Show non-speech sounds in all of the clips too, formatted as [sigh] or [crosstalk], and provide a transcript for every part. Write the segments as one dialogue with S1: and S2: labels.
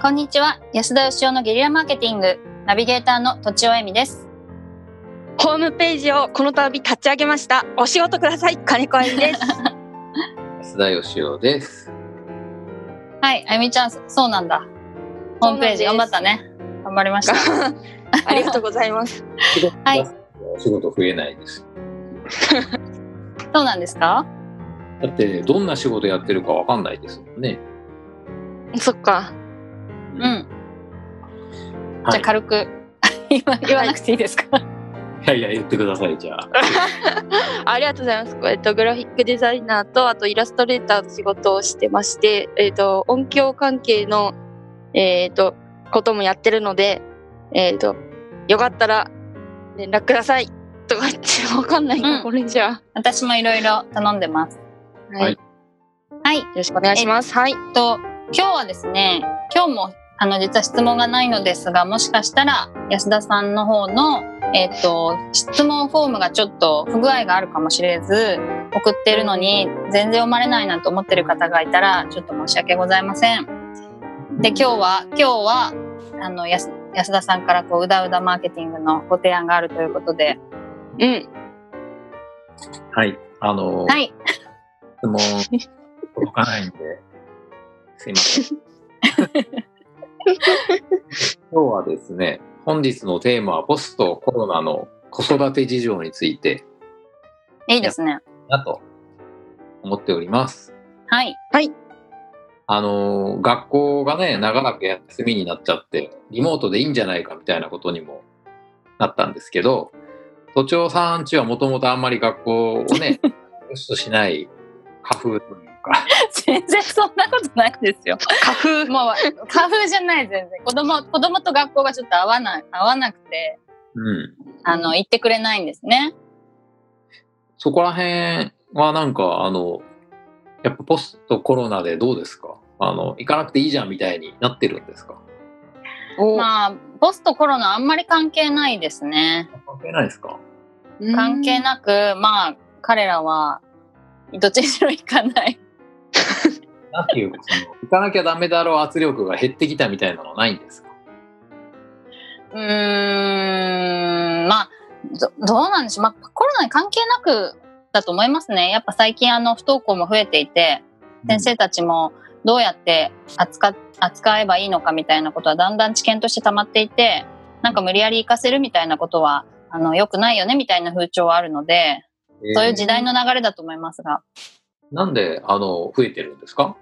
S1: こんにちは安田義生のゲリラマーケティングナビゲーターの土地尾恵美です
S2: ホームページをこの度立ち上げました。お仕事ください。金子あゆみ [laughs] です。
S3: 安田義雄です。
S1: はいあゆみちゃんそうなんだホームページ
S2: そう
S1: 頑張っ
S2: なんです
S1: たね頑張り [laughs] ました
S2: ありがとうございます。
S1: はい。
S3: お仕事増えないです。
S1: そうなんですか
S3: だって、どんな仕事やってるかわかんないですもんね。
S2: そっか。
S1: う、
S3: うんい
S1: じゃあ軽く [laughs] 今言わなくていいです [laughs] か、
S3: やいや、言ってください、じゃあ。
S2: ありがとうございます。えっと、グラフィックデザイナーと、あとイラストレーターの仕事をしてまして、えっと、音響関係の、えっと、こともやってるので、えっと、よかったら連絡ください。とか言って、わかんないな、
S1: うん
S2: これじゃ
S1: 私もいろいろ頼んでます
S2: あ。はい。
S3: はい
S2: よ
S1: はい
S2: ろしくお願いします。はい。
S1: えっと今日はですね今日もあの実は質問がないのですがもしかしたら安田さんの方の、えっと質問フォームがちょっと不具合があるかもしれず送ってるのに全然読まれないなんて思ってる方がいたらちょっと申し訳ございません。で今日は今日はあの安安田さんからこううだうだマーケティングのご提案があるということで
S2: うん。
S3: はい。あの、
S1: はい
S3: 質問、
S1: [laughs]
S3: 届かないんで、すいません。今日はですね、本日のテーマは、ポストコロナの子育て事情について
S1: いいですね
S3: だと思っております。
S1: はい
S3: あの、学校がね、長らく休みになっちゃって、リモートでいいんじゃないかみたいなことにもなったんですけど、都庁さんちはもともとあんまり学校を [laughs] ね、よしとしない家風というか、
S1: [laughs] 全然そんなことないですよ
S2: 花粉。
S1: もう花粉じゃない全然子供子供と学校がちょっと合わない合わなくて
S3: うん。
S1: あの行ってくれないんですね。
S3: そこら辺はなんか、あの、やっぱポストコロナでどうですかあの、行かなくていいじゃんみたいになってるんですか
S2: あ、
S1: まあポストコロナあんまり関係ないですね。
S3: 関係ないですか
S1: 関係
S2: い。
S1: なくまあ彼らはどっちにしろ行かない。
S3: なんていうか、その、行かなきゃダメだろう圧力が減ってきたみたいなのはないんですか
S1: うーんまあどどうなんでしょう、まあ、コロナに関係なくだと思いますね。やっぱ最近あの不登校も増えていて先生たちもどうやって扱っ扱えばいいのかみたいなことはだんだん知見として溜まっていてなんか無理やり行かせるみたいなことはあの良くないよねみたいな風潮はあるので
S3: うん
S1: そういう時代の流れだと思いますが
S3: なんであの増えてるんですか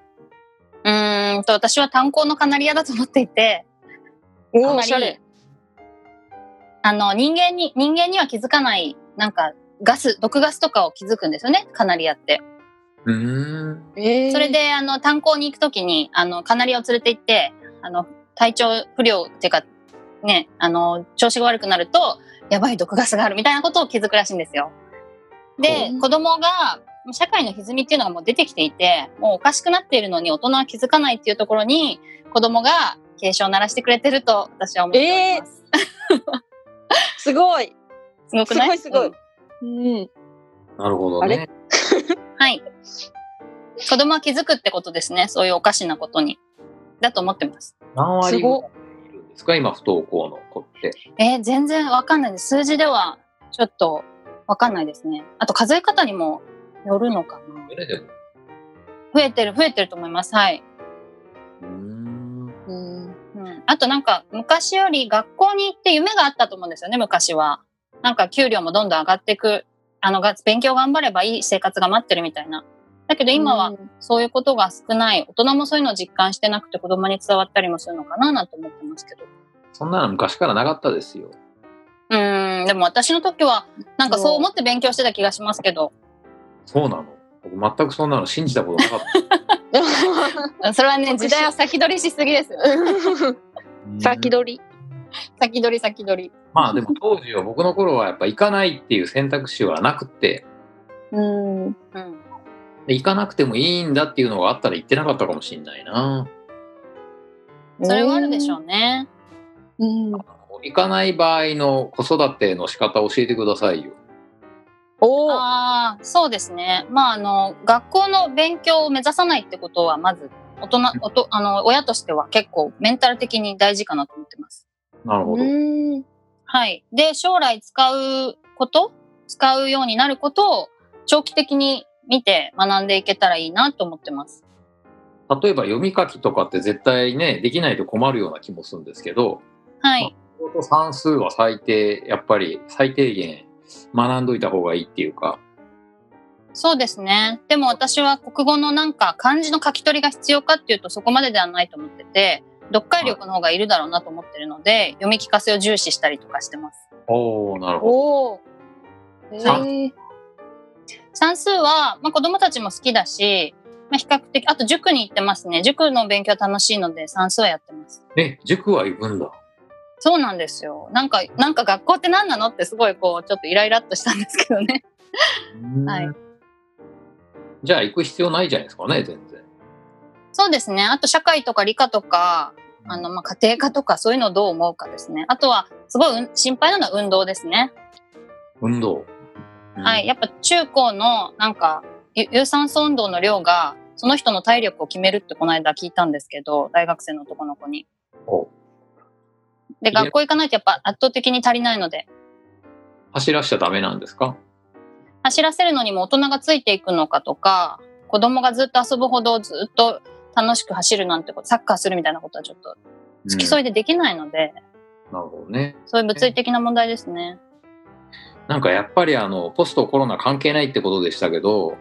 S1: うーんと私は炭鉱のカナリアだと思っていて
S2: お
S1: あ
S2: ー
S1: ま
S2: お
S1: り
S2: しゃれ。
S1: あの人間に人間には気づかないなんかガス毒ガスとかを気づくんですよねカナリアって。
S3: うーん。
S2: えー
S1: それ、であの炭鉱に行くときにあのカナリアを連れて行ってあの体調不良っていうかねあの調子が悪くなるとやばい毒ガスがあるみたいなことを気づくらしいんですよ。で
S2: ほう
S1: 子供が社会の歪みっていうのがもう出てきていてもうおかしくなっているのに大人は気づかないっていうところに子供が警鐘を鳴らしてくれてると私は思っております。
S2: すごい。
S1: すごくない
S2: すごいすごい
S1: うん
S2: うん。
S3: なるほど
S2: あ
S3: ね。
S1: はい。子供は気づくってことですねそういうおかしなことに。だと思ってます。
S3: 何割
S2: す
S3: ぐら
S2: ご
S3: いいるんですか今不登校の子って。
S1: えー全然わかんないです。数字ではちょっとわかんないですね。あと数え方にもよるのかな。
S3: えでも
S1: 増えてる増えてると思います。はい。
S3: うーん。
S2: うん
S1: うん、あとなんか昔より学校に行って夢があったと思うんですよね昔は。なんか給料もどんどん上がっていくあのが勉強頑張ればいい生活が待ってるみたいな。だけど今は [laughs]
S2: うん
S1: そういうことが少ない、大人もそういうのを実感してなくて子供に伝わったりもするのかななんて思ってますけど。
S3: そんなの昔からなかったですよ。
S1: うんでも私の時はなんかそう思って勉強してた気がしますけど
S3: そうなの。僕全くそんなの信じたことなかった。
S1: うんそれはね時代を先取りしすぎですよ
S3: [laughs] うん
S2: 先取り。
S1: 先取り先取り
S3: まあでも当時は僕の頃はやっぱ行かないっていう選択肢はなくて、
S2: うん。
S1: うん
S3: で行かなくてもいいんだっていうのがあったら行ってなかったかもしれないな。
S1: それはあるでしょうね
S2: うん。
S3: 行かない場合の子育ての仕方を教えてくださいよ。
S2: おお。
S1: ああそうですねまああの学校の勉強を目指さないってことはまず大人、おとあの、親としては結構メンタル的に大事かなと思ってます。
S3: なるほ
S2: う
S3: ど。
S2: ん。
S1: はい。で、将来使うこと、使うようになることを長期的に見て学んでいけたらいいなと思ってます。
S3: 例えば読み書きとかって絶対ね、できないと困るような気もするんですけど、
S1: はい。
S3: 算数は最低、やっぱり最低限学んどいた方がいいっていうか、
S1: そうですね。でも私は国語のなんか漢字の書き取りが必要かっていうとそこまでではないと思ってて、読解力の方がいるだろうなと思ってるので、読み聞かせを重視したりとかしてます。
S3: おおなるほど。
S2: おお。えー、
S1: 算数は、まあ、子供たちも好きだし、まあ、比較的、あと塾に行ってますね。塾の勉強は楽しいので算数はやってます。
S3: え、塾は行くんだ。
S1: そうなんですよ。なんか、なんか学校って何なのってすごいこう、ちょっとイライラっとしたんですけどね。はい
S3: じゃあ行く必要ないじゃないですかね、全然。
S1: そうですね。あと社会とか理科とか、あの、まあ、家庭科とかそういうのをどう思うかですね。あとは、すごいうん心配なのは運動ですね。
S3: 運動。
S1: はい。やっぱ中高のなんか、ゆ有酸素運動の量が、その人の体力を決めるってこの間聞いたんですけど、大学生の男の子に。
S3: お
S1: で、
S3: いや
S1: 学校行かないとやっぱ圧倒的に足りないので、
S3: 走らしちゃダメなんですか
S1: 走らせるのにも大人がついていくのかとか、子供がずっと遊ぶほどずっと楽しく走るなんてこと、サッカーするみたいなことはちょっと付き添いでできないので、
S3: うんなるほどね。
S1: そういう物理的な問題ですね。
S3: なんかやっぱりあの、ポストコロナ関係ないってことでしたけど、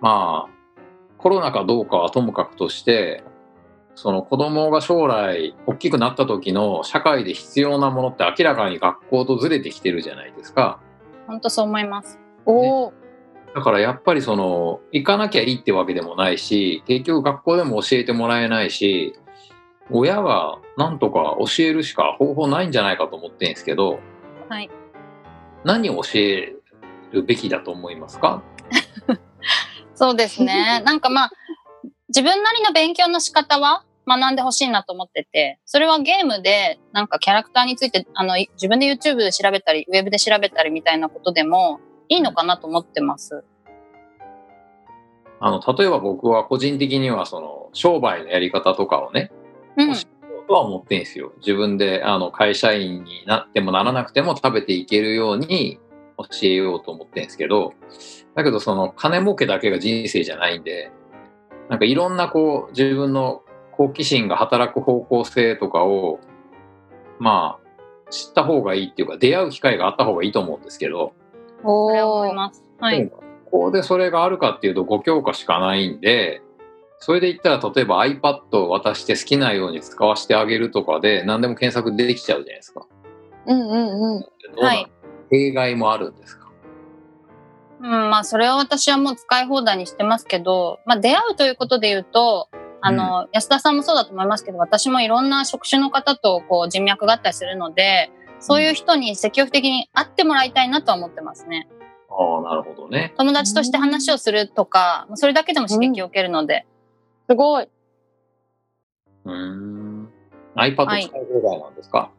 S3: まあ、コロナかどうかはともかくとして、その子供が将来大きくなった時の社会で必要なものって明らかに学校とずれてきてるじゃないですか。
S1: 本当そう思います。
S2: おお。
S3: だからやっぱりその、行かなきゃいいってわけでもないし、結局学校でも教えてもらえないし、親がなんとか教えるしか方法ないんじゃないかと思ってるんですけど、
S1: はい。
S3: 何を教えるべきだと思いますか
S1: そうですね。なんかまあ、自分なりの勉強の仕方は学んでほしいなと思ってて、それはゲームで、なんかキャラクターについて、あの、い自分で YouTube で調べたり、ウェブで調べたりみたいなことでも、いいのかなと思ってます。
S3: あの、例えば僕は個人的にはその、商売のやり方とかをね、
S1: うん。
S3: とは思ってんですよ。自分で、あの、会社員になってもならなくても食べていけるように教えようと思ってんですけど、だけどその、金儲けだけが人生じゃないんで、なんかいろんなこう、自分の好奇心が働く方向性とかを、まあ、知った方がいいっていうか、出会う機会があった方がいいと思うんですけど、
S1: それは思
S2: お
S1: い
S2: お。
S1: ます。は
S3: で
S1: い。
S3: も学校でそれがあるかっていうと5教科しかないんでそれで言ったら例えば iPad を渡して好きなように使わせてあげるとかで何でも検索できちゃうじゃないですか。
S2: うんうんうん。
S1: はい。
S3: 弊害もあるんですか
S1: うん、まあ、それは私はもう使い放題にしてますけど、まあ、出会うということで言うと、あの、安田さんもそうだと思いますけど、私もいろんな職種の方とこう人脈があったりするので、そういう人に積極的に会ってもらいたいなとは思ってますね。
S3: ああなるほどね。
S1: 友達として話をするとか、それだけでも刺激を受けるので、
S2: すごい。
S3: うーん iPad
S1: はい
S3: 使う弊害なんですか、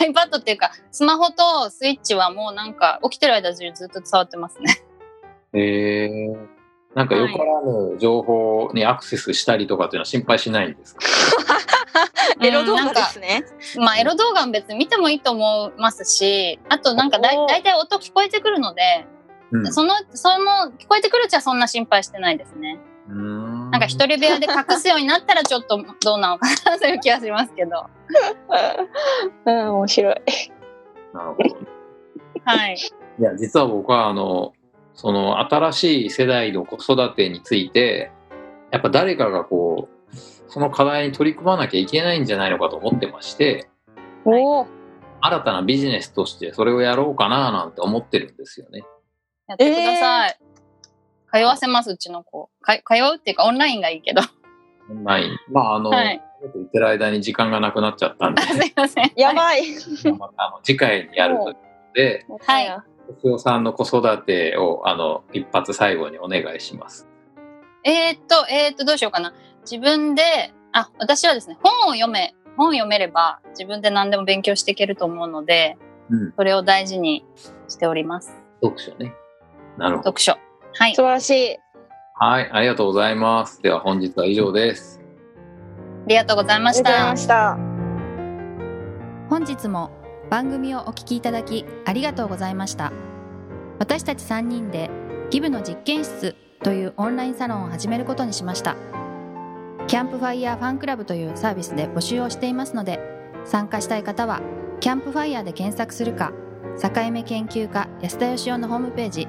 S1: iPad っていうか、スマホとスイッチはもうなんか起きてる間中ずっと触ってますね。
S3: へえなんかよからぬ情報にアクセスしたりとかっていうのは心配しないんですか、
S2: [laughs] エロ動
S1: うんな
S2: 画
S1: ん
S2: で
S1: か
S2: すね。
S1: まあ、エロ動画も別に見てもいいと思いますし、あとなんかだい
S2: おー
S1: 大体音聞こえてくるので、
S3: うん
S1: その、その、聞こえてくるうちはそんな心配してないですね。なんか一人部屋で隠すようになったらちょっとどうなのかなという気はしますけ
S3: [laughs]
S1: ど。
S2: うん、面白い。
S3: なるほどね
S1: はい。
S3: いや実は僕はあのその新しい世代の子育てについてやっぱ誰かがこうその課題に取り組まなきゃいけないんじゃないのかと思ってまして
S2: おお。
S3: 新たなビジネスとしてそれをやろうかななんて思ってるんですよね。
S1: やってください。通わせます、うちの子。か通うっていうか、オンラインがいいけど。
S3: オンラインまああの、
S1: はい。
S3: 言ってる間に時間がなくなっちゃったんで
S1: すいません。
S2: や
S1: い。
S2: ばい。
S3: [laughs] またあの次回にやるということで
S1: はい
S3: お夫さんの子育てをあの一発最後にお願いします。
S1: えーっと、えーっと、どうしようかな。自分で、あ、私はですね、本を読め、本を読めれば、自分で何でも勉強していけると思うので、
S3: うん、
S1: それを大事にしております。
S3: 読書ね。なるほど。
S1: 読書。はい。
S2: 素晴らしい。
S3: はい、ありがとうございます。では本日は以上です。
S4: ありがとうございま
S2: り
S4: し
S2: がとう
S4: た
S2: ございま。した。
S1: 本日も番組をお聞きいただきありがとうございました私たち3人でギブの実験室というオンラインサロンを始めることにしましたキャンプファイヤーファンクラブというサービスで募集をしていますので参加したい方はキャンプファイヤーで検索するか境目研究家安田義雄のホームページ